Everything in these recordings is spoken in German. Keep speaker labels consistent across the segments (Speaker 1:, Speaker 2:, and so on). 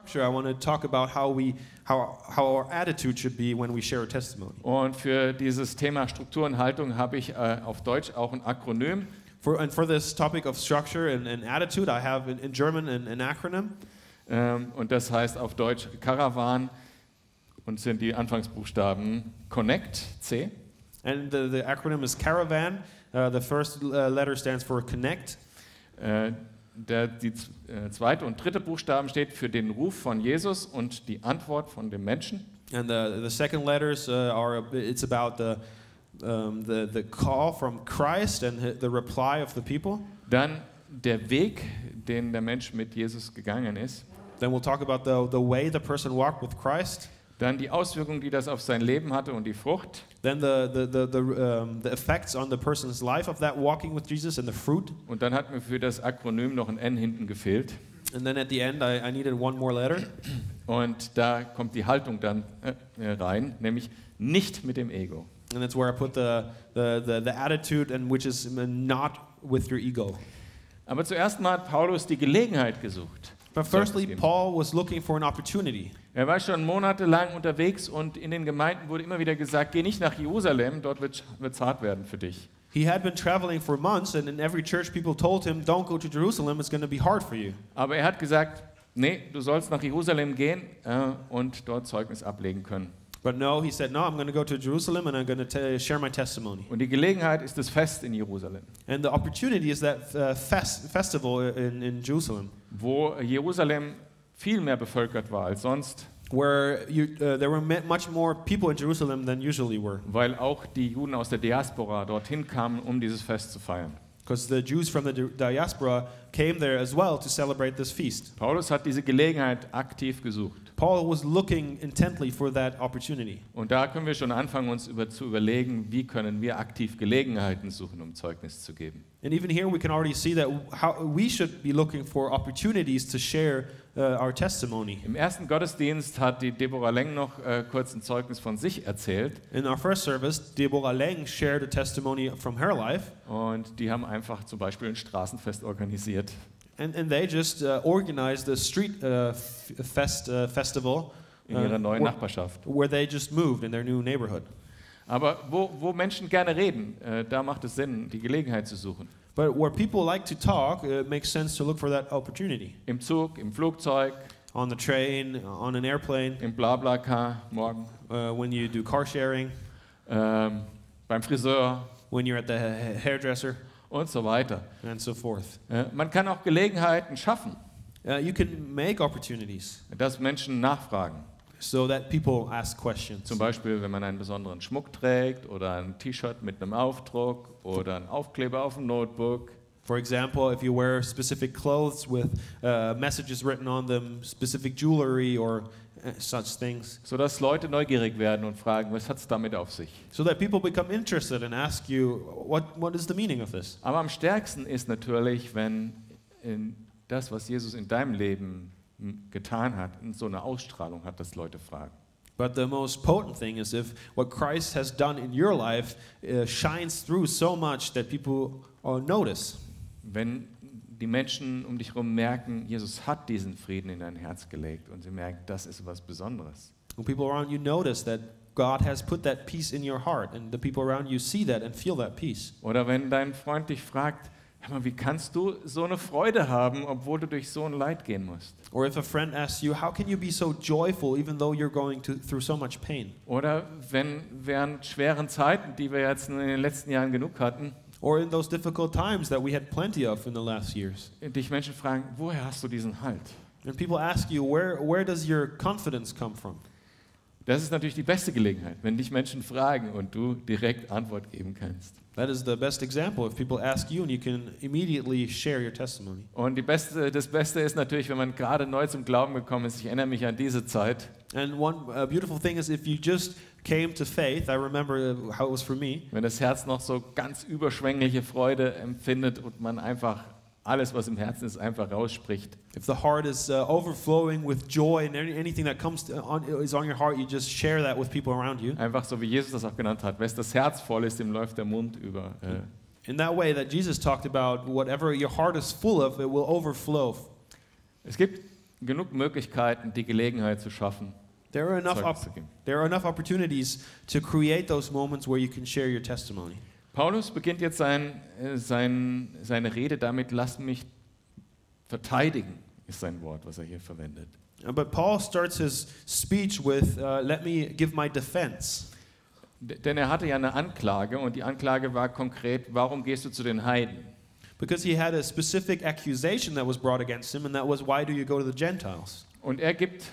Speaker 1: picture, I want to talk about how, we, how, how our attitude should be when we share a testimony.
Speaker 2: Und für dieses Thema Struktur und Haltung habe ich äh, auf Deutsch auch ein Akronym.
Speaker 1: For, and for this topic of structure and, and attitude, I have in, in German an, an acronym.
Speaker 2: Ähm, und das heißt auf Deutsch Caravan und sind die Anfangsbuchstaben Connect, C,
Speaker 1: And the, the acronym is CARAVAN. Uh, the first uh, letter stands for connect.
Speaker 2: Äh, der, die z- äh, zweite und dritte Buchstaben steht für den Ruf von Jesus und die Antwort von dem Menschen.
Speaker 1: And the, the second letters uh, are, a- it's about the, um, the, the call from Christ and the- the reply of the people.
Speaker 2: Dann der Weg, den der Mensch mit Jesus gegangen ist.
Speaker 1: Then we'll talk about the, the way the person walked with Christ.
Speaker 2: Dann die Auswirkungen, die das auf sein Leben hatte und die Frucht.
Speaker 1: Then the, the, the, the, um, the effects on the person's life of that walking with Jesus and the fruit.
Speaker 2: Und dann hat mir für das Akronym noch ein N hinten gefehlt.
Speaker 1: And then at the end, I, I needed one more letter.
Speaker 2: Und da kommt die Haltung dann äh, äh, rein, nämlich nicht mit dem Ego.
Speaker 1: And that's where I put the, the, the, the attitude, and which is not with your ego.
Speaker 2: Aber zuerst mal hat Paulus die Gelegenheit gesucht.
Speaker 1: But firstly, Paul was looking for an opportunity.
Speaker 2: Er war schon monatelang unterwegs und in den Gemeinden wurde immer wieder gesagt, geh nicht nach Jerusalem, dort wird es hart werden für dich.
Speaker 1: He had been traveling for months, and in every church, people told him, Don't go to Jerusalem, it's going to be hard for you.
Speaker 2: Aber er hat gesagt, nee, du sollst nach Jerusalem gehen äh, und dort Zeugnis ablegen können.
Speaker 1: But no, he said, No, I'm going to go to Jerusalem and I'm going to share my testimony.
Speaker 2: Und die Gelegenheit ist das Fest in Jerusalem,
Speaker 1: And the opportunity is that uh, fest, festival in, in Jerusalem,
Speaker 2: wo Jerusalem viel mehr bevölkert war als sonst,
Speaker 1: where you, uh, there were ma- much more people in Jerusalem than usually were,
Speaker 2: weil auch die Juden aus der Diaspora dorthin kamen, um dieses Fest zu feiern.
Speaker 1: because the Jews from the di- diaspora came there as well to celebrate this feast.
Speaker 2: Paulus hat diese Gelegenheit aktiv gesucht.
Speaker 1: Paul was looking intently for that opportunity.
Speaker 2: Und da können wir schon anfangen, uns über, zu überlegen, wie können wir aktiv Gelegenheiten suchen, um Zeugnis zu geben.
Speaker 1: And even here, we can already see that how we should be looking for opportunities to share uh, our testimony.
Speaker 2: Im ersten Gottesdienst hat die Deborah Leng noch äh, kurz ein Zeugnis von sich erzählt
Speaker 1: In our first service, Deborah Lang shared a testimony from her life,
Speaker 2: und die haben einfach zum Beispiel ein Straßenfest organisiert.
Speaker 1: and, and they just uh, organized a street uh, f- fest uh, festival
Speaker 2: in
Speaker 1: Äh,
Speaker 2: ihrer neuen
Speaker 1: wo-
Speaker 2: Nachbarschaft.
Speaker 1: where they just moved in their new neighborhood.
Speaker 2: Aber wo, wo Menschen gerne reden, äh, da macht es Sinn, die Gelegenheit zu suchen.
Speaker 1: But where people like to talk, it makes sense to look for that opportunity
Speaker 2: Im Zug, im Flugzeug,
Speaker 1: on the train, on an airplane,
Speaker 2: im Blablacar morgen,
Speaker 1: uh, when you do car sharing,
Speaker 2: ähm, beim Friseur
Speaker 1: when you're at the ha- hairdresser,
Speaker 2: und so weiter.
Speaker 1: and so forth.
Speaker 2: Äh, man kann auch Gelegenheiten schaffen,
Speaker 1: Uh, you can make opportunities
Speaker 2: dass Menschen nachfragen.
Speaker 1: so that people ask questions.
Speaker 2: Zum Beispiel, wenn man einen besonderen Schmuck trägt oder ein T-Shirt mit einem Aufdruck oder einen Aufkleber auf dem Notebook.
Speaker 1: For example, if you wear specific clothes with uh, messages written on them, specific jewelry, or uh, such things,
Speaker 2: sodass Leute neugierig werden und fragen, was hat es damit auf sich?
Speaker 1: so that people become interested and ask you, what, what is the meaning of this?
Speaker 2: Aber am stärksten ist natürlich, wenn in das, was Jesus in deinem Leben m, getan hat, so eine Ausstrahlung hat, dass Leute fragen.
Speaker 1: But the most potent thing is if what Christ has done in your life uh, shines through so much that people uh, notice.
Speaker 2: Wenn die Menschen um dich herum merken, Jesus hat diesen Frieden in dein Herz gelegt und sie merken, das ist was Besonderes.
Speaker 1: When people around you notice that God has put that peace in your heart, and the people around you see that and feel that peace.
Speaker 2: Oder wenn dein Freund dich fragt, hör mal, wie kannst du so eine Freude haben, obwohl du durch so ein Leid gehen musst?
Speaker 1: Or if a friend asks you, how can you be so joyful even though you're going to, through so much pain?
Speaker 2: Oder wenn während schweren Zeiten, die wir jetzt in den letzten Jahren genug hatten,
Speaker 1: Or in those difficult times that we had plenty of in the last years.
Speaker 2: dich Menschen fragen, woher hast du diesen Halt?
Speaker 1: And people ask you, where, where does your confidence come from?
Speaker 2: Das ist natürlich die beste Gelegenheit, wenn dich Menschen fragen und du direkt Antwort geben kannst.
Speaker 1: That is the best example. If people ask you and you can immediately share your testimony.
Speaker 2: Und die beste, das Beste ist natürlich, wenn man gerade neu zum Glauben gekommen ist. Ich erinnere mich an diese Zeit.
Speaker 1: And one uh, beautiful thing is if you just came to faith, I remember uh, how it was for me.
Speaker 2: Wenn das Herz noch so ganz überschwängliche Freude empfindet und man einfach alles, was im Herzen ist, einfach rausspricht.
Speaker 1: If the heart is uh, overflowing with joy and any, anything that comes to, on, is on your heart, you just share that with people around you.
Speaker 2: Einfach so, wie Jesus das auch genannt hat. Wenn das Herz voll ist, dem läuft der Mund über. Äh,
Speaker 1: In that way that Jesus talked about, whatever your heart is full of, it will overflow.
Speaker 2: Es gibt genug Möglichkeiten, die Gelegenheit zu schaffen,
Speaker 1: There are enough
Speaker 2: Zeugnis
Speaker 1: op-
Speaker 2: zu geben.
Speaker 1: there are enough opportunities to create those moments where you can share your testimony.
Speaker 2: Paulus beginnt jetzt sein, äh, sein, seine Rede damit, lasst mich verteidigen, ist sein Wort, was er hier verwendet.
Speaker 1: Uh, But Paul starts his speech with, uh, "Let me give my defense,"
Speaker 2: D- Denn er hatte ja eine Anklage und die Anklage war konkret, warum gehst du zu den Heiden?
Speaker 1: because he had a specific accusation that was brought against him, and that was, "Why do you go to the Gentiles?"
Speaker 2: Und er gibt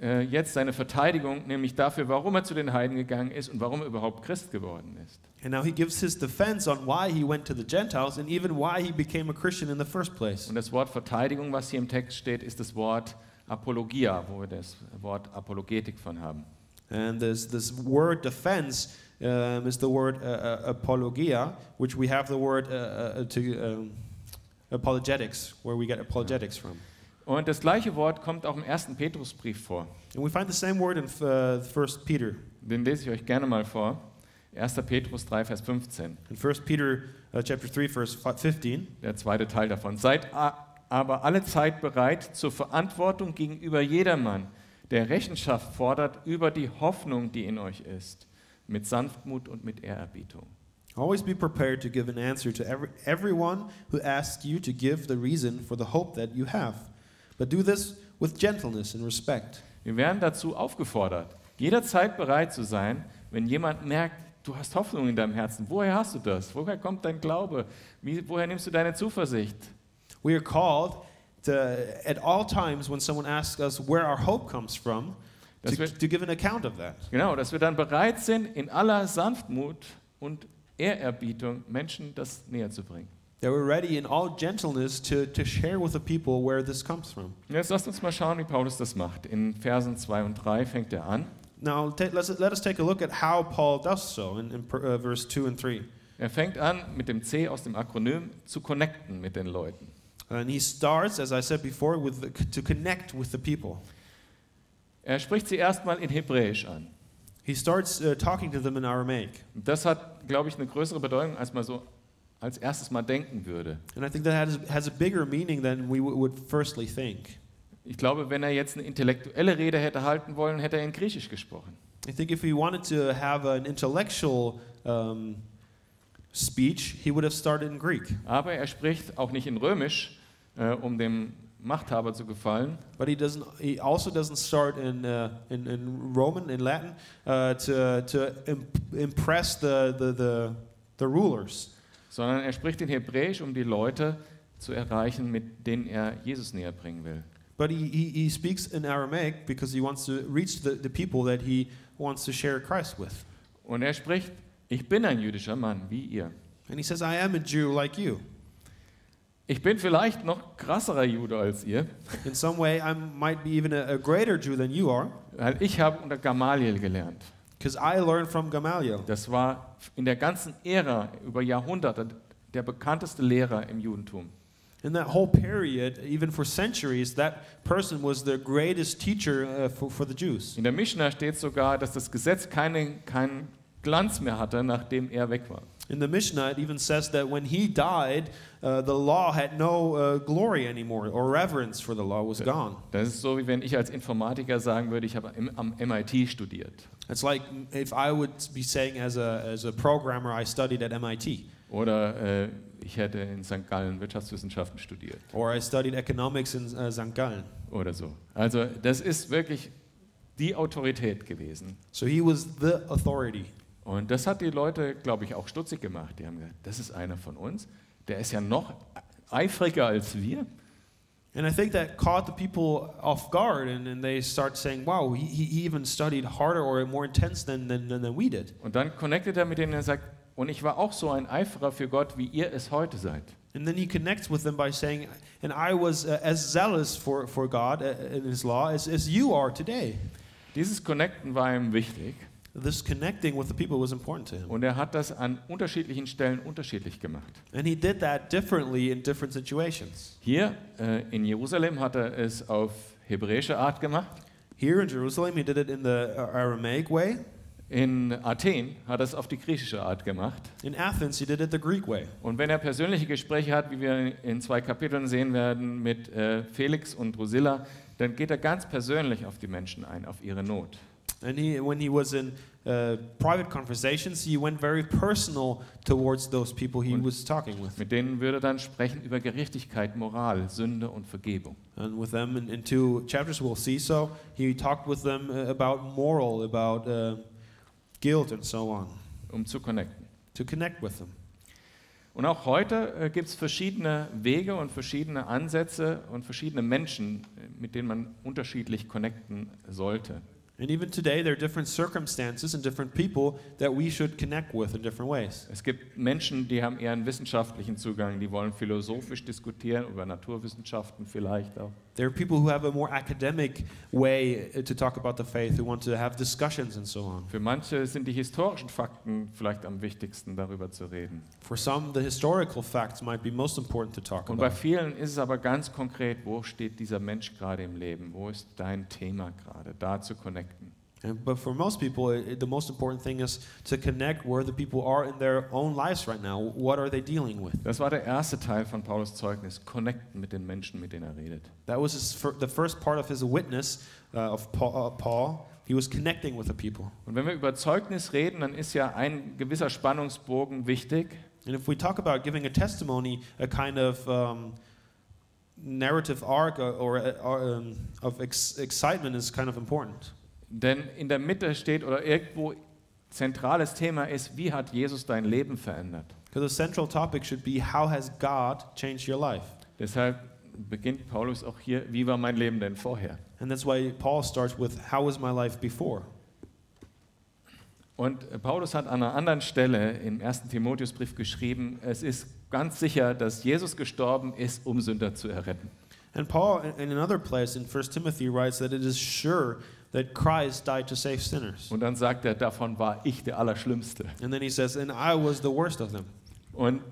Speaker 2: äh, jetzt seine Verteidigung, nämlich dafür, warum er zu den Heiden gegangen ist und warum er überhaupt Christ geworden ist.
Speaker 1: And now he gives his defense on why he went to the Gentiles and even why he became a Christian in the first place.
Speaker 2: Und das Wort Verteidigung, was hier im Text steht, ist das Wort Apologia, wo wir das Wort Apologetik von haben.
Speaker 1: And this, this word defense um, is the word uh, uh, apologia, which we have the word uh, uh, to um, apologetics, where we get apologetics from.
Speaker 2: Und das gleiche Wort kommt auch im ersten Petrusbrief vor.
Speaker 1: And we find the same word in uh, 1 Peter.
Speaker 2: Den lese ich euch gerne mal vor. 1. Petrus 3, Vers 15,
Speaker 1: In 1 Peter uh, chapter 3, verse fi- 15,
Speaker 2: der zweite Teil davon. Seid a- aber alle Zeit bereit zur Verantwortung gegenüber jedermann, der Rechenschaft fordert über die Hoffnung, die in euch ist, mit Sanftmut und mit Ehrerbietung.
Speaker 1: always be prepared to give an answer to every, everyone who asks you to give the reason for the hope that you have. But do this with gentleness and respect.
Speaker 2: Wir werden dazu aufgefordert, jederzeit bereit zu sein, wenn jemand merkt, du hast Hoffnung in deinem Herzen. Woher hast du das? Woher kommt dein Glaube? Wie, woher nimmst du deine Zuversicht?
Speaker 1: We are called to, at all times when someone asks us where our hope comes from,
Speaker 2: That's
Speaker 1: to,
Speaker 2: right.
Speaker 1: to give an account of that.
Speaker 2: Genau, dass wir dann bereit sind, in aller Sanftmut und Ehrerbietung Menschen das näher zu bringen.
Speaker 1: That we're ready in all gentleness to, to share with the people where this comes from.
Speaker 2: Und Jetzt lasst uns mal schauen, wie Paulus das macht. In Versen 2 und 3 fängt er an.
Speaker 1: Now, ta- let's, let us take a look at how Paul does so in, in per- uh, verse 2 and 3.
Speaker 2: Er fängt an, mit dem C aus dem Akronym zu connecten mit den Leuten.
Speaker 1: And he starts, as I said before, with the, to connect with the people.
Speaker 2: Er spricht sie erstmal in Hebräisch an.
Speaker 1: He starts uh, talking to them in Aramaic.
Speaker 2: Und Das hat, glaube ich, eine größere Bedeutung, als man so als erstes mal denken würde.
Speaker 1: And I think that has, has a bigger meaning than we w- would firstly think.
Speaker 2: Ich glaube, wenn er jetzt eine intellektuelle Rede hätte halten wollen, hätte er in Griechisch gesprochen.
Speaker 1: I think if he wanted to have an intellectual um, speech, he would have started in Greek.
Speaker 2: Aber er spricht auch nicht in Römisch, äh, um dem Machthaber zu gefallen,
Speaker 1: But he doesn't. He also doesn't start in uh, in, in Roman in Latin uh, to to imp- impress the, the the the rulers.
Speaker 2: sondern er spricht in Hebräisch, um die Leute zu erreichen, mit denen er Jesus näher bringen will.
Speaker 1: But he, he, he speaks in Aramaic because he wants to reach the, the people that he wants to share Christ with.
Speaker 2: Und er spricht, ich bin ein jüdischer Mann, wie ihr.
Speaker 1: And he says, I am a Jew like you.
Speaker 2: Ich bin vielleicht noch krasserer Jude als ihr,
Speaker 1: In some way, I might be even a, a greater Jew than you are
Speaker 2: weil ich habe unter Gamaliel gelernt.
Speaker 1: because I learned from Gamaliel.
Speaker 2: Das war in der ganzen Ära über Jahrhunderte der bekannteste Lehrer im Judentum.
Speaker 1: In that whole period, even for centuries, that person was the greatest teacher uh, for, for the Jews.
Speaker 2: In der Mishnah steht sogar, dass das Gesetz keine, keinen Glanz mehr hatte, nachdem er weg war.
Speaker 1: In the Mishnah, it even says that when he died, uh, the law had no uh, glory anymore, or reverence for the law was gone.
Speaker 2: Das ist so, wie wenn ich als Informatiker sagen würde, ich habe im- am MIT studiert.
Speaker 1: It's like if I would be saying, as a, as a programmer, I studied at MIT,
Speaker 2: Oder äh, ich hätte in St. Gallen Wirtschaftswissenschaften studiert.
Speaker 1: or I studied economics in uh, St. Gallen.
Speaker 2: Oder so. Also das ist wirklich die Autorität gewesen.
Speaker 1: So he was the authority.
Speaker 2: Und das hat die Leute, glaube ich, auch stutzig gemacht. Die haben gesagt, das ist einer von uns, der ist ja noch eifriger als wir.
Speaker 1: And I think that caught the people off guard, and, and they start saying, wow, he, he he even studied harder or more intense than, than, than, than we did.
Speaker 2: Und dann connectet er mit denen und sagt, und ich war auch so ein Eiferer für Gott, wie ihr es heute seid.
Speaker 1: And then he connects with them by saying, and I was uh, as zealous for, for God uh, and his law as, as you are today.
Speaker 2: Dieses Connecten war ihm wichtig
Speaker 1: This connecting with the people was important to him.
Speaker 2: und er hat das an unterschiedlichen Stellen unterschiedlich gemacht.
Speaker 1: And he did that differently in different situations.
Speaker 2: Hier äh, in Jerusalem hat er es auf hebräische Art gemacht.
Speaker 1: Here in Jerusalem, he did it in the uh, Aramaic way.
Speaker 2: In Athen hat er es auf die griechische Art gemacht.
Speaker 1: In Athens, he did it the Greek way.
Speaker 2: Und wenn er persönliche Gespräche hat, wie wir in zwei Kapiteln sehen werden, mit äh, Felix und Drusilla, dann geht er ganz persönlich auf die Menschen ein, auf ihre Not.
Speaker 1: And he, when he was in uh, private conversations, he went very personal towards those people he
Speaker 2: Und-
Speaker 1: was talking with.
Speaker 2: Mit denen würde er dann sprechen über Gerechtigkeit, Moral, Sünde und Vergebung.
Speaker 1: And with them, in, in two chapters, we'll see. So he talked with them uh, about moral, about uh, guilt, and so on,
Speaker 2: um zu connecten.
Speaker 1: to connect with them.
Speaker 2: Und auch heute äh, gibt es verschiedene Wege und verschiedene Ansätze und verschiedene Menschen, äh, mit denen man unterschiedlich connecten sollte.
Speaker 1: And even today, there are different circumstances and different people that we should connect with in different ways.
Speaker 2: Es gibt Menschen, die haben eher einen wissenschaftlichen Zugang, die wollen philosophisch diskutieren, über Naturwissenschaften vielleicht auch.
Speaker 1: There are people who have a more academic way uh, to talk about the faith, who want to have discussions and so on.
Speaker 2: Für manche sind die historischen Fakten vielleicht am wichtigsten, darüber zu reden.
Speaker 1: For some, the historical facts might be most important to talk
Speaker 2: Und bei
Speaker 1: about.
Speaker 2: vielen ist es aber ganz konkret, wo steht dieser Mensch gerade im Leben, wo ist dein Thema gerade, da zu connecten.
Speaker 1: And, but for most people, i the most important thing is to connect where the people are in their own lives right now. What are they dealing with?
Speaker 2: Das war der erste Teil von Paulus Zeugnis, connecten mit den Menschen, mit denen er redet.
Speaker 1: That was his fir- the first part of his witness uh, of Paul, uh, Paul. He was connecting with the people.
Speaker 2: Und wenn wir über Zeugnis reden, dann ist ja ein gewisser Spannungsbogen wichtig.
Speaker 1: And if we talk about giving a testimony, a kind of um, narrative arc or, or, uh, um, of ex- excitement is kind of important.
Speaker 2: Denn in der Mitte steht oder irgendwo zentrales Thema ist, wie hat Jesus dein Leben verändert?
Speaker 1: Because the central topic should be how has God changed your life?
Speaker 2: Deshalb beginnt Paulus auch hier, wie war mein Leben denn vorher?
Speaker 1: And that's why Paul starts with, How was my life before?
Speaker 2: Und äh, Paulus hat an einer anderen Stelle im ersten Timotheusbrief geschrieben, es ist ganz sicher, dass Jesus gestorben ist, um Sünder zu erretten.
Speaker 1: And Paul, in in another place in 1 Timothy, writes that it is sure that Christ died to save sinners.
Speaker 2: Und dann sagt er, davon war ich der Allerschlimmste.
Speaker 1: And then he says, And I was the worst of them.
Speaker 2: Und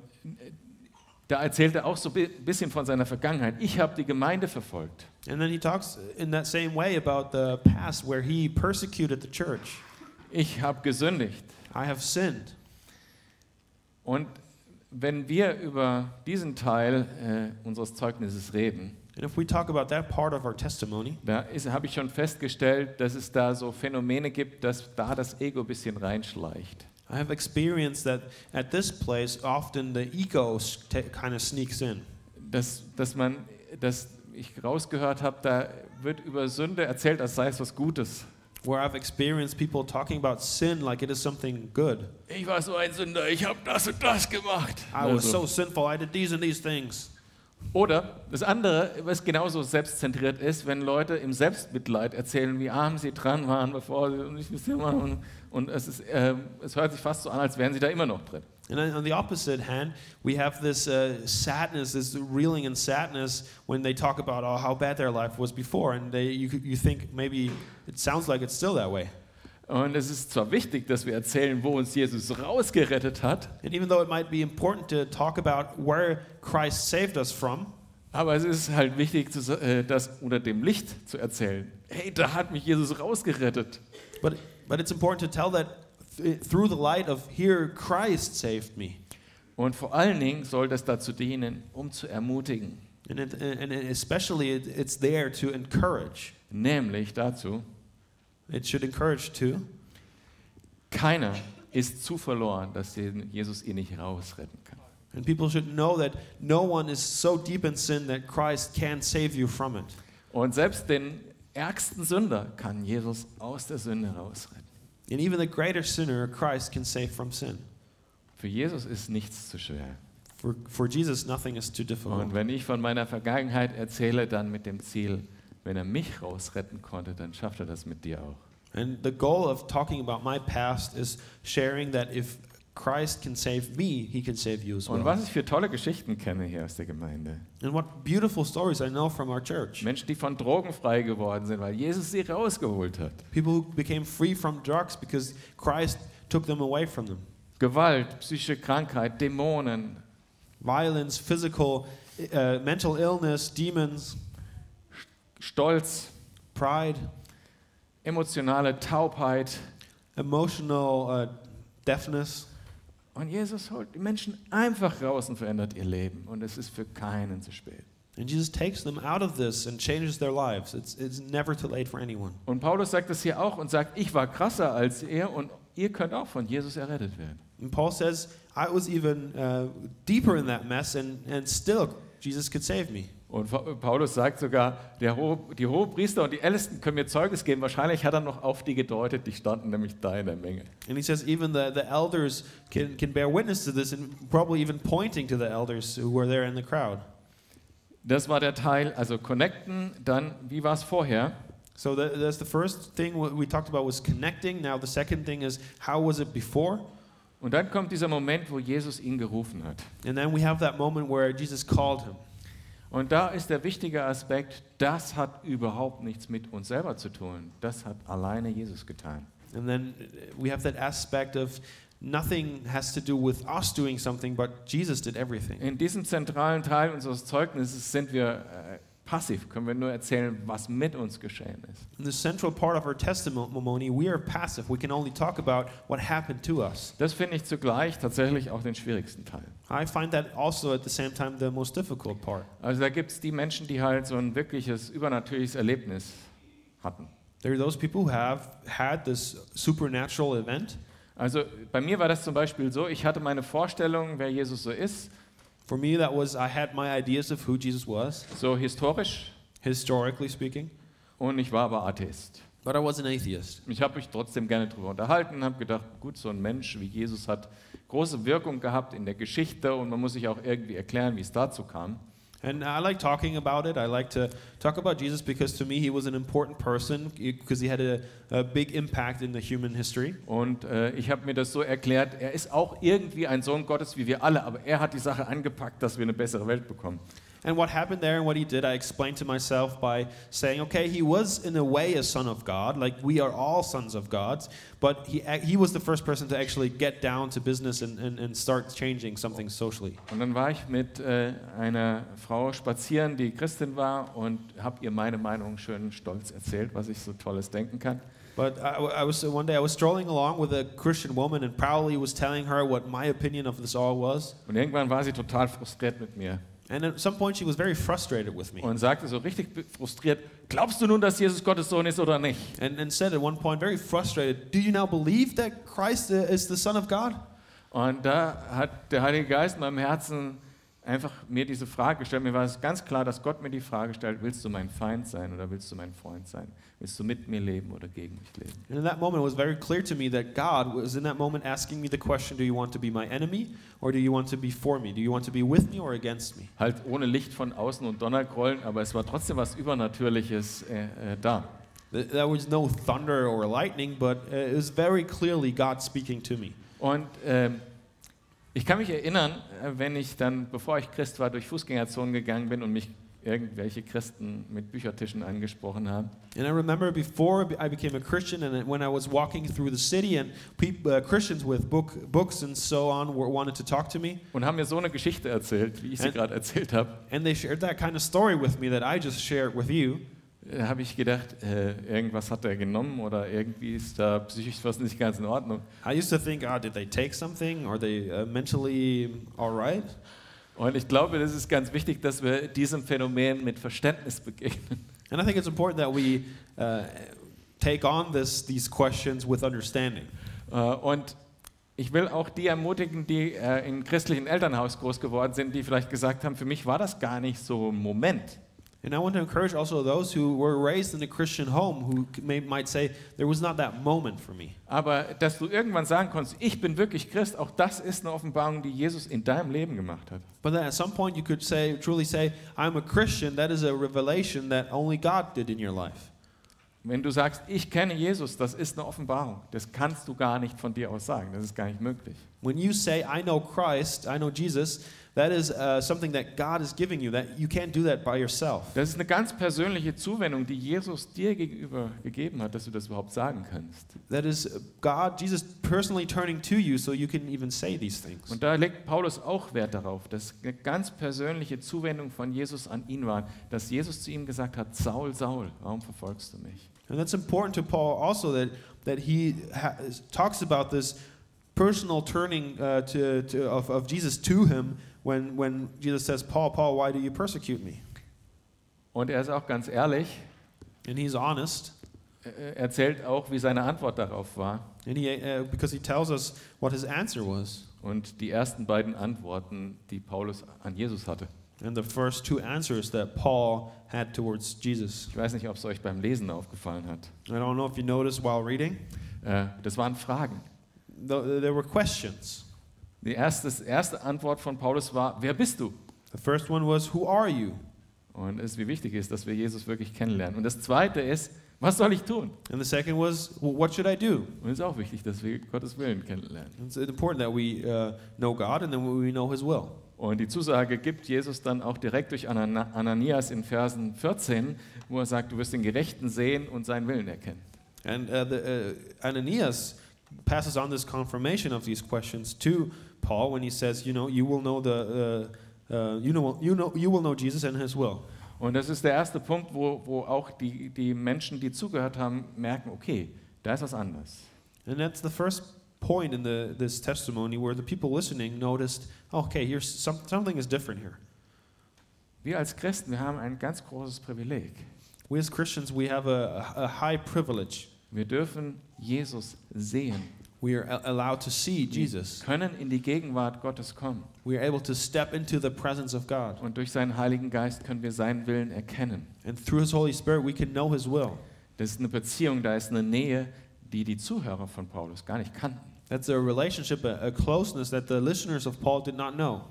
Speaker 2: da erzählt er auch so ein bisschen von seiner Vergangenheit. Ich habe die Gemeinde verfolgt.
Speaker 1: And then he talks in that same way about the past where he persecuted the church.
Speaker 2: Ich habe gesündigt.
Speaker 1: I have sinned.
Speaker 2: Und wenn wir über diesen Teil äh, unseres Zeugnisses reden,
Speaker 1: And if we talk about that part of our testimony,
Speaker 2: da ist- habe ich schon festgestellt, dass es da so Phänomene gibt, dass da das Ego ein bisschen reinschleicht.
Speaker 1: I have experienced that at this place, often the ego t- kind of sneaks in.
Speaker 2: Dass, dass man, dass ich rausgehört habe, da wird über Sünde erzählt, als sei es was Gutes.
Speaker 1: Where I've experienced people talking about sin like it is something good.
Speaker 2: Ich war so ein Sünder, ich habe das und das gemacht.
Speaker 1: I was so sinful, I did these and these things.
Speaker 2: Also. Oder das andere, was genauso selbstzentriert ist, wenn Leute im Selbstmitleid erzählen, wie arm sie dran waren, bevor sie um und ich muss hier machen. Und, und es, ist, äh, es hört sich fast so an, als wären sie da immer noch drin.
Speaker 1: And then on the opposite hand, we have this uh, sadness, this reeling in sadness when they talk about oh, how bad their life was before. And they, you, could- you think maybe it sounds like it's still that way.
Speaker 2: Und es ist zwar wichtig, dass wir erzählen, wo uns Jesus rausgerettet hat,
Speaker 1: And even though it might be important to talk about where Christ saved us from,
Speaker 2: aber es ist halt wichtig, zu, sa- äh, das unter dem Licht zu erzählen. Hey, da hat mich Jesus rausgerettet.
Speaker 1: but, but it's important to tell that th- through the light of here, Christ saved me.
Speaker 2: Und vor allen Dingen soll das dazu dienen, um zu ermutigen.
Speaker 1: And, it, and it- especially it, it's there to encourage.
Speaker 2: Nämlich dazu,
Speaker 1: It should encourage too.
Speaker 2: keiner ist zu verloren, dass den Jesus ihn nicht rausretten kann.
Speaker 1: And people should know that no one is so deep in sin that Christ can save you from it.
Speaker 2: Und selbst den ärgsten Sünder kann Jesus aus der Sünde rausretten.
Speaker 1: And even the greater sinner, Christ can save from sin.
Speaker 2: Für Jesus ist nichts zu schwer.
Speaker 1: For, for Jesus, nothing is too difficult.
Speaker 2: Und wenn ich von meiner Vergangenheit erzähle, dann mit dem Ziel, wenn er mich rausretten konnte, dann schafft er das mit dir auch.
Speaker 1: And the goal of talking about my past is sharing that if Christ can save me, he can save you as
Speaker 2: Und
Speaker 1: well.
Speaker 2: was ich für tolle Geschichten kenne hier aus der Gemeinde.
Speaker 1: And what beautiful stories I know from our church.
Speaker 2: Menschen, die von Drogen frei geworden sind, weil Jesus sie rausgeholt hat.
Speaker 1: People who became free from drugs because Christ took them away from them.
Speaker 2: Gewalt, psychische Krankheit, Dämonen,
Speaker 1: Violence, physical, uh, mental illness, demons,
Speaker 2: Stolz,
Speaker 1: pride,
Speaker 2: emotionale Taubheit,
Speaker 1: emotional uh, deafness.
Speaker 2: Und Jesus holt die Menschen einfach raus und verändert ihr Leben. Und es ist für keinen zu spät.
Speaker 1: And Jesus takes them out of this and changes their lives. It's, it's never too late for anyone.
Speaker 2: Und Paulus sagt das hier auch und sagt, ich war krasser als er und ihr könnt auch von Jesus errettet werden.
Speaker 1: And Paul says, I was even uh, deeper in that mess, and, and still Jesus could save me.
Speaker 2: Und Fa- Paulus sagt sogar, der Hohe, die Hohepriester und die Ältesten können mir Zeugnis geben. Wahrscheinlich hat er noch auf die gedeutet, die standen nämlich da in der Menge.
Speaker 1: And he says, even the, the elders can, can bear witness to this, and probably even pointing to the elders who were there in the crowd.
Speaker 2: Das war der Teil, also connecten, dann, wie war es vorher?
Speaker 1: So tha- that's the first thing wha- we talked about was connecting. Now, the second thing is, how was it before?
Speaker 2: Und dann kommt dieser Moment, wo Jesus ihn gerufen hat.
Speaker 1: And then we have that moment where Jesus called him.
Speaker 2: Und da ist der wichtige Aspekt, das hat überhaupt nichts mit uns selber zu tun. Das hat alleine Jesus getan.
Speaker 1: And then uh, we have that aspect of nothing has to do with us doing something, but Jesus did everything.
Speaker 2: In diesem zentralen Teil unseres Zeugnisses sind wir äh, passiv, können wir nur erzählen, was mit uns geschehen ist.
Speaker 1: In the central part of our testimony, we are passive. We can only talk about what happened to us.
Speaker 2: Das finde ich zugleich tatsächlich auch den schwierigsten Teil.
Speaker 1: I find that also at the same time the most difficult part.
Speaker 2: Also da gibt es die Menschen, die halt so ein wirkliches übernatürliches Erlebnis hatten.
Speaker 1: There are those people who have had this supernatural event.
Speaker 2: Also bei mir war das zum Beispiel so, ich hatte meine Vorstellung, wer Jesus so ist,
Speaker 1: For me, that was I had my ideas of who Jesus was,
Speaker 2: so historisch,
Speaker 1: historically speaking,
Speaker 2: und ich war aber Atheist.
Speaker 1: but I was an atheist.
Speaker 2: Ich habe mich trotzdem gerne darüber unterhalten, habe gedacht, gut, so ein Mensch wie Jesus hat große Wirkung gehabt in der Geschichte und man muss sich auch irgendwie erklären, wie es dazu kam.
Speaker 1: And I like talking about it. I like to talk about Jesus because to me he was an important person because he had a, a big impact in the human history.
Speaker 2: Und äh, ich habe mir das so erklärt, er ist auch irgendwie ein Sohn Gottes wie wir alle, aber er hat die Sache angepackt, dass wir eine bessere Welt bekommen.
Speaker 1: And what happened there and what he did, I explained to myself by saying, okay, he was in a way a son of God, like we are all sons of gods, but he, he was the first person to actually get down to business and, and, and start changing something socially.
Speaker 2: Und dann war ich mit äh, einer Frau spazieren, die Christin war und habe ihr meine Meinung schön stolz erzählt, was ich so tolles denken kann.
Speaker 1: But I, I was one day I was strolling along with a Christian woman and proudly was telling her what my opinion of this all was.
Speaker 2: Und irgendwann war sie total frustriert mit mir
Speaker 1: And at some point she was very frustrated with me.
Speaker 2: und sagte so richtig be- frustriert, glaubst du nun, dass Jesus Gottes Sohn ist oder nicht?
Speaker 1: And, and said at one point, very frustrated, Do you now believe that Christ uh, is the Son of God?
Speaker 2: Und da hat der Heilige Geist in meinem Herzen einfach mir diese Frage gestellt. Mir war es ganz klar, dass Gott mir die Frage stellt, willst du mein Feind sein oder willst du mein Freund sein? Willst du mit mir leben oder gegen mich leben?
Speaker 1: And in that moment, it was very clear to me that God was in that moment asking me the question Do you want to be my enemy or do you want to be for me? Do you want to be with me or against me?
Speaker 2: Halt ohne Licht von außen und Donnergrollen, aber es war trotzdem was Übernatürliches äh, äh, da.
Speaker 1: Th- There was no thunder or lightning, but uh, it was very clearly God speaking to me.
Speaker 2: Und ähm, ich kann mich erinnern, äh, wenn ich dann, bevor ich Christ war, durch Fußgängerzonen gegangen bin und mich irgendwelche Christen mit Büchertischen angesprochen haben.
Speaker 1: And I remember before I became a Christian, and when I was walking through the city, and peop uh, Christians with book, books and so on were, wanted to talk to me,
Speaker 2: Und haben mir so eine Geschichte erzählt, wie ich sie
Speaker 1: Äh?
Speaker 2: gerade erzählt habe.
Speaker 1: and they shared that kind of story with me that I just shared with you.
Speaker 2: Da habe ich gedacht, äh, irgendwas hat er genommen oder irgendwie ist da psychisch was nicht ganz in Ordnung.
Speaker 1: I used to think, ah, did they take something? Are they uh, mentally all right?
Speaker 2: Und ich glaube, das ist ganz wichtig, dass wir diesem Phänomen mit Verständnis begegnen.
Speaker 1: And I think it's important that we uh, take on this these questions with understanding.
Speaker 2: Äh, und ich will auch die ermutigen, die äh, in christlichen Elternhaus groß geworden sind, die vielleicht gesagt haben, für mich war das gar nicht so ein Moment.
Speaker 1: And I want to encourage also those who were raised in a Christian home who c- may, might say, there was not that moment for me.
Speaker 2: Aber dass du irgendwann sagen konntest, ich bin wirklich Christ, auch das ist eine Offenbarung, die Jesus in deinem Leben gemacht hat.
Speaker 1: But then at some point you could say, truly say, I'm a Christian. That is a revelation that only God did in your life.
Speaker 2: Wenn du sagst, ich kenne Jesus, das ist eine Offenbarung. Das kannst du gar nicht von dir aus sagen. Das ist gar nicht möglich.
Speaker 1: When you say, I know Christ, I know Jesus, that is uh, something that God is giving you. That you can't do that by yourself.
Speaker 2: Das ist eine ganz persönliche Zuwendung, die Jesus dir gegenüber gegeben hat, dass du das überhaupt sagen kannst.
Speaker 1: That is God, Jesus personally turning to you so you can even say these things.
Speaker 2: Und da legt Paulus auch Wert darauf, dass eine ganz persönliche Zuwendung von Jesus an ihn war, dass Jesus zu ihm gesagt hat, Saul, Saul, warum verfolgst du mich?
Speaker 1: And that's important to Paul also that, that he ha- talks about this personal turning uh, to, to, of, of Jesus to him when, when Jesus says, Paul, Paul, why do you persecute me?
Speaker 2: Und er ist auch ganz ehrlich,
Speaker 1: And he's honest.
Speaker 2: äh, erzählt auch, wie seine Antwort darauf war.
Speaker 1: And he, uh, because he tells us what his answer was.
Speaker 2: Und die ersten beiden Antworten, die Paulus an Jesus hatte.
Speaker 1: And the first two answers that Paul had towards Jesus.
Speaker 2: Ich weiß nicht, ob es euch beim Lesen aufgefallen hat.
Speaker 1: I don't know if you noticed while reading,
Speaker 2: Äh, das waren Fragen.
Speaker 1: th- there were questions.
Speaker 2: Die erste, das erste Antwort von Paulus war, wer bist du?
Speaker 1: The first one was, Who are you?
Speaker 2: Und es ist, wie wichtig es ist, dass wir Jesus wirklich kennenlernen. Und das zweite ist, was soll ich tun?
Speaker 1: And the second was, well, What should I do?
Speaker 2: Und es ist auch wichtig, dass wir Gottes Willen kennenlernen.
Speaker 1: And It's important that we uh, know God and then we know His will.
Speaker 2: Und die Zusage gibt Jesus dann auch direkt durch Anana- Ananias in Versen 14, wo er sagt, du wirst den Gerechten sehen und seinen Willen erkennen.
Speaker 1: And uh, the, uh, Ananias passes on this confirmation of these questions to Paul when he says, You know, you will know the. Uh, uh, you know, you know, you will know Jesus and His will,
Speaker 2: Und das ist der erste Punkt, wo, wo auch die, die Menschen, die zugehört haben, merken, okay, da ist was anders.
Speaker 1: and that's the first point in the this testimony where the people listening noticed, okay, here's some, something is different here.
Speaker 2: Wir als Christen, wir haben ein ganz großes Privileg.
Speaker 1: We as Christians, we have a, a high privilege.
Speaker 2: Wir dürfen Jesus sehen,
Speaker 1: We are a- allowed to see Jesus.
Speaker 2: können in die Gegenwart Gottes kommen
Speaker 1: We are able to step into the presence of God,
Speaker 2: und durch seinen Heiligen Geist können wir seinen Willen erkennen.
Speaker 1: and through His Holy Spirit, we can know His will.
Speaker 2: Das ist eine Beziehung, da ist eine Nähe, die die Zuhörer von Paulus gar nicht kannten.
Speaker 1: That's a relationship, a, a closeness that the listeners of Paul did not know.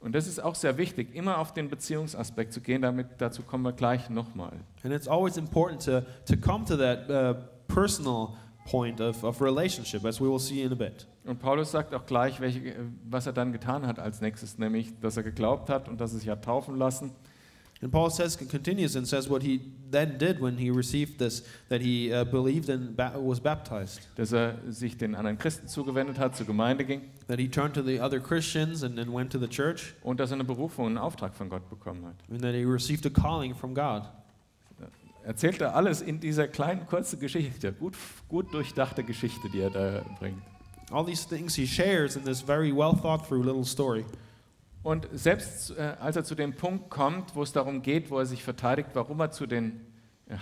Speaker 2: Und das ist auch sehr wichtig, immer auf den Beziehungsaspekt zu gehen. Damit, dazu kommen wir gleich nochmal.
Speaker 1: And it's always important to, to come to that uh, personal point of, of relationship, as we will see in a bit.
Speaker 2: Und Paulus sagt auch gleich, welche, was er dann getan hat als nächstes, nämlich, dass er geglaubt hat und dass er sich hat taufen lassen.
Speaker 1: And Paul says, continues and says what he then did when he received this, that he uh, believed and ba- was baptized,
Speaker 2: Dass er sich den anderen Christen zugewendet hat, zur Gemeinde ging
Speaker 1: that he turned to the other Christians and then went to the church,
Speaker 2: und dass er eine Berufung, einen Auftrag von Gott bekommen hat.
Speaker 1: and that he received a calling from God.
Speaker 2: Erzählt er alles in dieser kleinen, kurzen Geschichte. Gut, gut durchdachte Geschichte, die er da bringt.
Speaker 1: All these things he shares in this very well thought through little story.
Speaker 2: Und selbst äh, als er zu dem Punkt kommt, wo es darum geht, wo er sich verteidigt, warum er zu den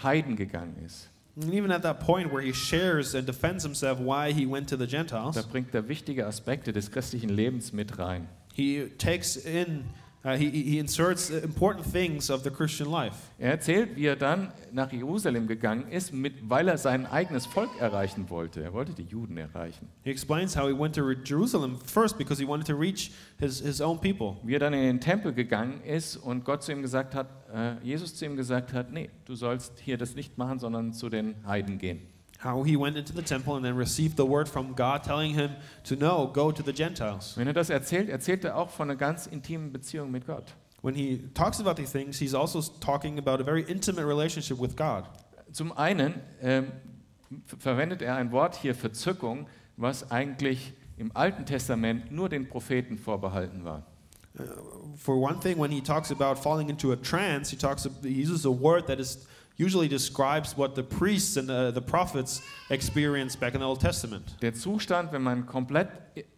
Speaker 2: Heiden gegangen ist,
Speaker 1: And even at that point where he shares and defends himself why he went to the Gentiles,
Speaker 2: Da bringt er wichtige Aspekte des christlichen Lebens mit rein.
Speaker 1: he takes in, uh, he, he inserts important things of the Christian life.
Speaker 2: Er erzählt, wie er dann nach Jerusalem gegangen ist, mit, weil er sein eigenes Volk erreichen wollte. Er wollte die Juden erreichen.
Speaker 1: He explains how he went to re- Jerusalem first because he wanted to reach his, his own people.
Speaker 2: Wie er dann in den Tempel gegangen ist und Gott zu ihm gesagt hat, äh, Jesus zu ihm gesagt hat, nee, du sollst hier das nicht machen, sondern zu den Heiden gehen.
Speaker 1: How he went into the temple and then received the word from God telling him to no, go to the Gentiles.
Speaker 2: Wenn er das erzählt, erzählt er auch von einer ganz intimen Beziehung mit Gott.
Speaker 1: When he talks about these things, he's also talking about a very intimate relationship with God.
Speaker 2: Zum einen ähm, ver- verwendet er ein Wort hier, Verzückung, was eigentlich im Alten Testament nur den Propheten vorbehalten war.
Speaker 1: Uh, for one thing, when he talks about falling into a trance, he talks. He uses a word that is usually describes what the priests and uh, the prophets experienced back in the Old Testament.
Speaker 2: Der Zustand, wenn man komplett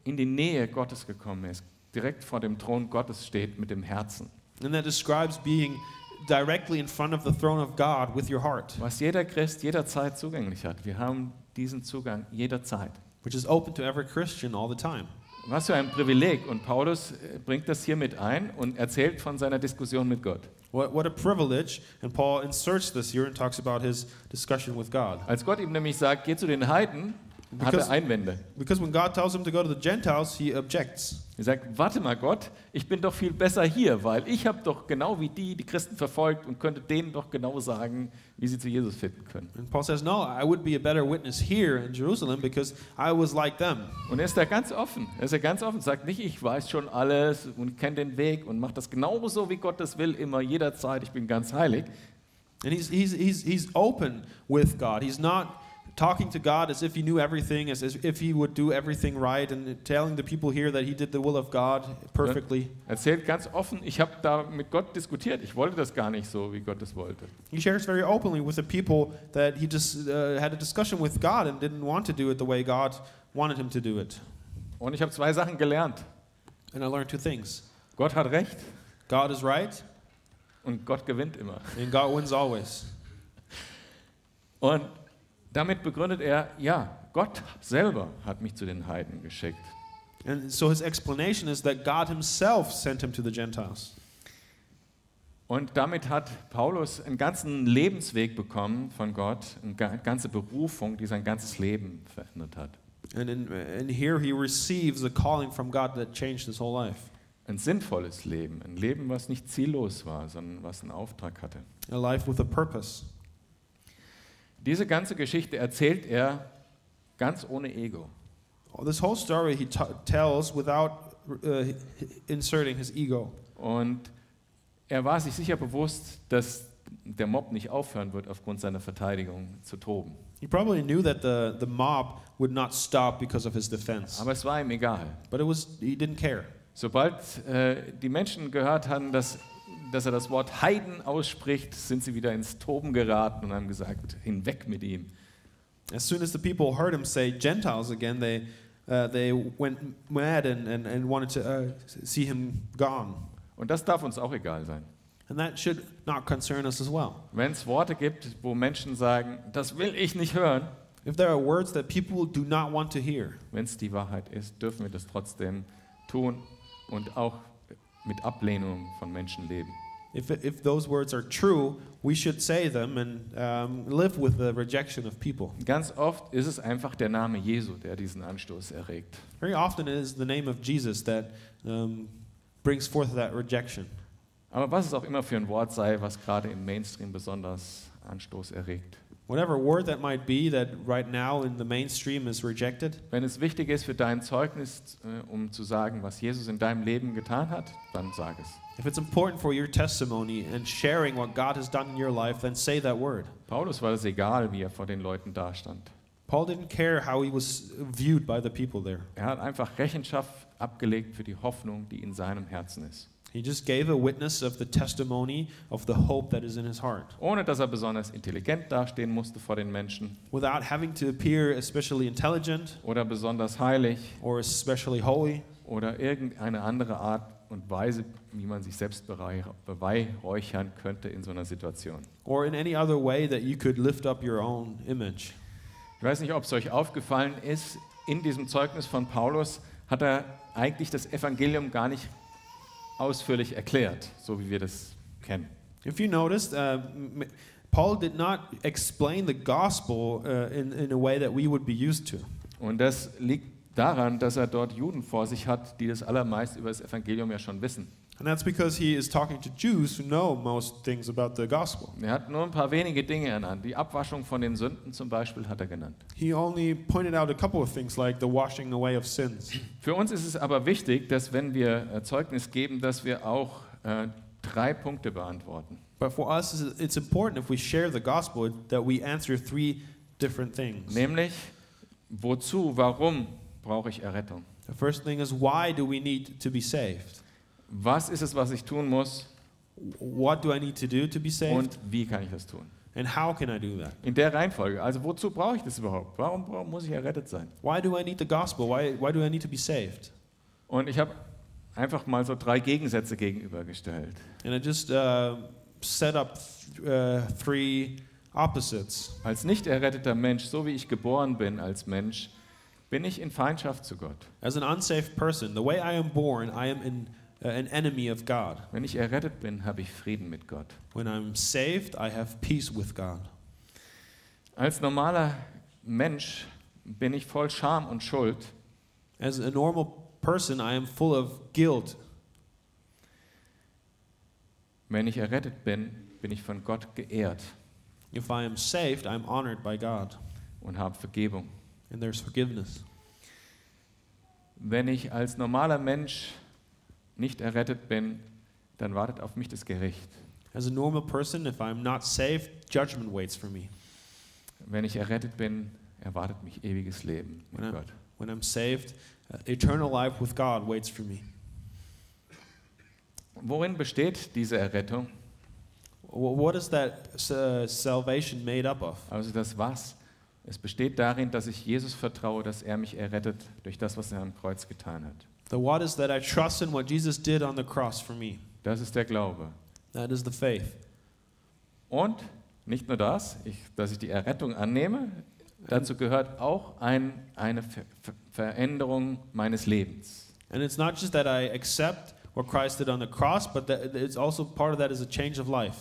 Speaker 2: in die Nähe Gottes gekommen ist, direkt vor dem Thron Gottes steht mit dem Herzen.
Speaker 1: And that describes being directly in front of the throne of God with your heart,
Speaker 2: Was jeder Christ jederzeit zugänglich hat. Wir haben diesen Zugang jederzeit.
Speaker 1: which is open to every Christian all the time.
Speaker 2: Was für ein Privileg. Und Paulus äh, bringt das hier mit ein und erzählt von seiner Diskussion mit Gott.
Speaker 1: What, what a privilege! And Paul inserts this here and talks about his discussion with God.
Speaker 2: Als Gott ihm nämlich sagt, geh zu den Heiden, hat er
Speaker 1: Because-
Speaker 2: Einwände.
Speaker 1: Because when God tells him to go to the Gentiles, he objects.
Speaker 2: Er sagt, warte mal Gott, ich bin doch viel besser hier, weil ich habe doch genau wie die die Christen verfolgt und könnte denen doch genau sagen, wie sie zu Jesus finden können.
Speaker 1: And Paul says, No, I would be a better witness here in Jerusalem because I was like them.
Speaker 2: Und er ist da ganz offen. Er ist da ganz offen. Sagt nicht, ich weiß schon alles und kenne den Weg und mache das genauso, wie Gott das will, immer jederzeit. Ich bin ganz heilig.
Speaker 1: And he's, he's, he's, he's open with God. He's not talking to God as if he knew everything, as if he would do everything right, and telling the people here that he did the will of God perfectly.
Speaker 2: Erzählt ganz offen, ich habe da mit Gott diskutiert. Ich wollte das gar nicht so, wie Gott es wollte.
Speaker 1: He shares very openly with the people that he just uh, had a discussion with God and didn't want to do it the way God wanted him to do it.
Speaker 2: Und ich habe zwei Sachen gelernt.
Speaker 1: And I learned two things
Speaker 2: Gott hat recht
Speaker 1: God is right,
Speaker 2: und Gott gewinnt immer.
Speaker 1: and God wins always.
Speaker 2: Und damit begründet er, ja, Gott selber hat mich zu den Heiden geschickt.
Speaker 1: And so his explanation is that God himself sent him to the Gentiles.
Speaker 2: Und damit hat Paulus einen ganzen Lebensweg bekommen von Gott, eine ga- ganze Berufung, die sein ganzes Leben verändert hat.
Speaker 1: And, in, and here he receives a calling from God that changed his whole life.
Speaker 2: Ein sinnvolles Leben, ein Leben, was nicht ziellos war, sondern was einen Auftrag hatte.
Speaker 1: A life with a purpose.
Speaker 2: Diese ganze Geschichte erzählt er ganz ohne Ego.
Speaker 1: This whole story he t- tells without uh, inserting his ego.
Speaker 2: Und er war sich sicher bewusst, dass der Mob nicht aufhören wird, aufgrund seiner Verteidigung zu toben.
Speaker 1: He probably knew that the, the mob would not stop because of his defense.
Speaker 2: Aber es war ihm egal.
Speaker 1: But it was he didn't care.
Speaker 2: Sobald äh, die Menschen gehört haben, dass, dass er das Wort Heiden ausspricht, sind sie wieder ins Toben geraten und haben gesagt, hinweg mit ihm.
Speaker 1: As soon as the people heard him say Gentiles again, they, uh, they went mad and, and, and wanted to uh, see him gone.
Speaker 2: Und das darf uns auch egal sein.
Speaker 1: And that should not concern us as well.
Speaker 2: Wenn es Worte gibt, wo Menschen sagen, das will ich nicht hören,
Speaker 1: If there are words that people do not want to hear,
Speaker 2: wenn es die Wahrheit ist, dürfen wir das trotzdem tun und auch mit Ablehnung von Menschen leben.
Speaker 1: if, if those words are true, we should say them and um, live with the rejection of people.
Speaker 2: Ganz oft ist es einfach der Name Jesu, der diesen Anstoß erregt.
Speaker 1: Very often it is the name of Jesus that um, brings forth that rejection.
Speaker 2: Aber was es auch immer für ein Wort sei, was gerade im Mainstream besonders Anstoß erregt.
Speaker 1: Whatever word that might be that right now in the mainstream is rejected,
Speaker 2: Wenn es wichtig ist für dein Zeugnis, äh, um zu sagen, was Jesus in deinem Leben getan hat, dann sag es.
Speaker 1: if it's important for your testimony and sharing what God has done in your life, then say that word.
Speaker 2: Paulus war es egal, wie er vor den Leuten dastand.
Speaker 1: Paul didn't care how he was viewed by the people there.
Speaker 2: Er hat einfach Rechenschaft abgelegt für die Hoffnung, die in seinem Herzen ist,
Speaker 1: He just gave a witness of the testimony of the hope that is in his heart.
Speaker 2: ohne dass er besonders intelligent dastehen musste vor den Menschen
Speaker 1: without having to appear especially intelligent
Speaker 2: oder besonders heilig
Speaker 1: or especially holy
Speaker 2: oder irgendeine andere Art und Weise, wie man sich selbst berei- beweihräuchern könnte in so einer Situation.
Speaker 1: or in any other way that you could lift up your own image.
Speaker 2: Ich weiß nicht, ob es euch aufgefallen ist, in diesem Zeugnis von Paulus hat er eigentlich das Evangelium gar nicht ausführlich erklärt, so wie wir das kennen.
Speaker 1: If you noticed, uh, m- m- Paul did not explain the gospel uh, in, in a way that we would be used to.
Speaker 2: Und das liegt daran, dass er dort Juden vor sich hat, die das allermeist über das Evangelium ja schon wissen.
Speaker 1: And that's because he is talking to Jews who know most things about the gospel.
Speaker 2: Er hat nur ein paar wenige Dinge ernannt. Die Abwaschung von den Sünden zum Beispiel hat er genannt.
Speaker 1: He only pointed out a couple of things like the washing away of sins.
Speaker 2: Für uns ist es aber wichtig, dass wenn wir äh, Zeugnis geben, dass wir auch äh, drei Punkte beantworten.
Speaker 1: But for us, it's- it's important if we share the gospel that we answer three different things.
Speaker 2: Nämlich, wozu, warum brauche ich Errettung?
Speaker 1: The first thing is why do we need to be saved?
Speaker 2: Was ist es, was ich tun muss
Speaker 1: What do I need to do to be saved?
Speaker 2: und wie kann ich das tun?
Speaker 1: and how can I do that?
Speaker 2: In der Reihenfolge. Also wozu brauche ich das überhaupt? Warum, warum muss ich errettet sein?
Speaker 1: Why do I need the gospel? Why, why do I need to be saved?
Speaker 2: Und ich habe einfach mal so drei Gegensätze gegenübergestellt.
Speaker 1: And I just uh, set up uh, three opposites.
Speaker 2: Als nicht erretteter Mensch, so wie ich geboren bin als Mensch, bin ich in Feindschaft zu Gott.
Speaker 1: As an unsafe person, the way I am born, I am in, uh, an enemy of God.
Speaker 2: Wenn ich errettet bin, habe ich Frieden mit Gott.
Speaker 1: When I'm saved, I have peace with God.
Speaker 2: Als normaler Mensch bin ich voll Scham und Schuld.
Speaker 1: As a normal person, I am full of guilt.
Speaker 2: Wenn ich errettet bin, bin ich von Gott geehrt
Speaker 1: If I am saved, I'm honored by God,
Speaker 2: und habe Vergebung.
Speaker 1: and there's forgiveness.
Speaker 2: Wenn ich als normaler Mensch nicht errettet bin, dann wartet auf mich das Gericht.
Speaker 1: As a normal person, if I'm not saved, judgment waits for me.
Speaker 2: Wenn ich errettet bin, erwartet mich ewiges Leben mit
Speaker 1: Ja.
Speaker 2: Gott.
Speaker 1: When I'm saved, uh, eternal life with God waits for me.
Speaker 2: Worin besteht diese Errettung?
Speaker 1: Wh- What is that s- uh, salvation made up of?
Speaker 2: Also das Was. Es besteht darin, dass ich Jesus vertraue, dass er mich errettet durch das, was er am Kreuz getan hat.
Speaker 1: The what is that I trust in what Jesus did on the cross for me.
Speaker 2: Das ist der Glaube.
Speaker 1: That is the faith.
Speaker 2: Und nicht nur das, ich, dass ich die Errettung annehme, dazu gehört auch ein, eine Ver Ver Veränderung meines Lebens.
Speaker 1: And it's not just that I accept what Christ did on the cross, but that it's also part of that is a change of life.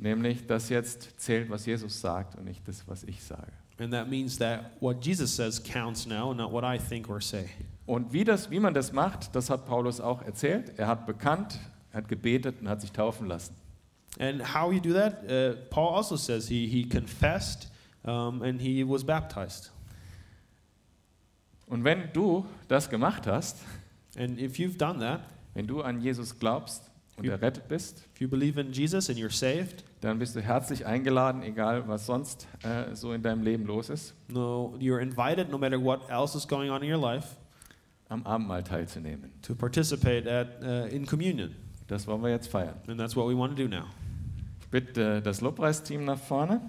Speaker 2: Nämlich, dass jetzt zählt, was Jesus sagt und nicht das, was ich sage.
Speaker 1: And that means that what Jesus says counts now, not what I think or say.
Speaker 2: Und wie, das, wie man das macht, das hat Paulus auch erzählt. Er hat bekannt, er hat gebetet und hat sich taufen lassen.
Speaker 1: And how you do that, uh, Paul also says he, he confessed um, and he was baptized.
Speaker 2: Und wenn du das gemacht hast,
Speaker 1: And if you've done that,
Speaker 2: wenn du an Jesus glaubst und
Speaker 1: Ja.
Speaker 2: errettet bist,
Speaker 1: if you believe in Jesus and you're saved,
Speaker 2: dann bist du herzlich eingeladen, egal was sonst äh, so in deinem Leben los ist,
Speaker 1: no, you're invited, no matter what else is going on in your life,
Speaker 2: am Abendmahl teilzunehmen.
Speaker 1: to participate at, uh, in communion.
Speaker 2: Das wollen wir jetzt feiern.
Speaker 1: And that's what we want to do now.
Speaker 2: Ich bitte das Lobpreisteam nach vorne.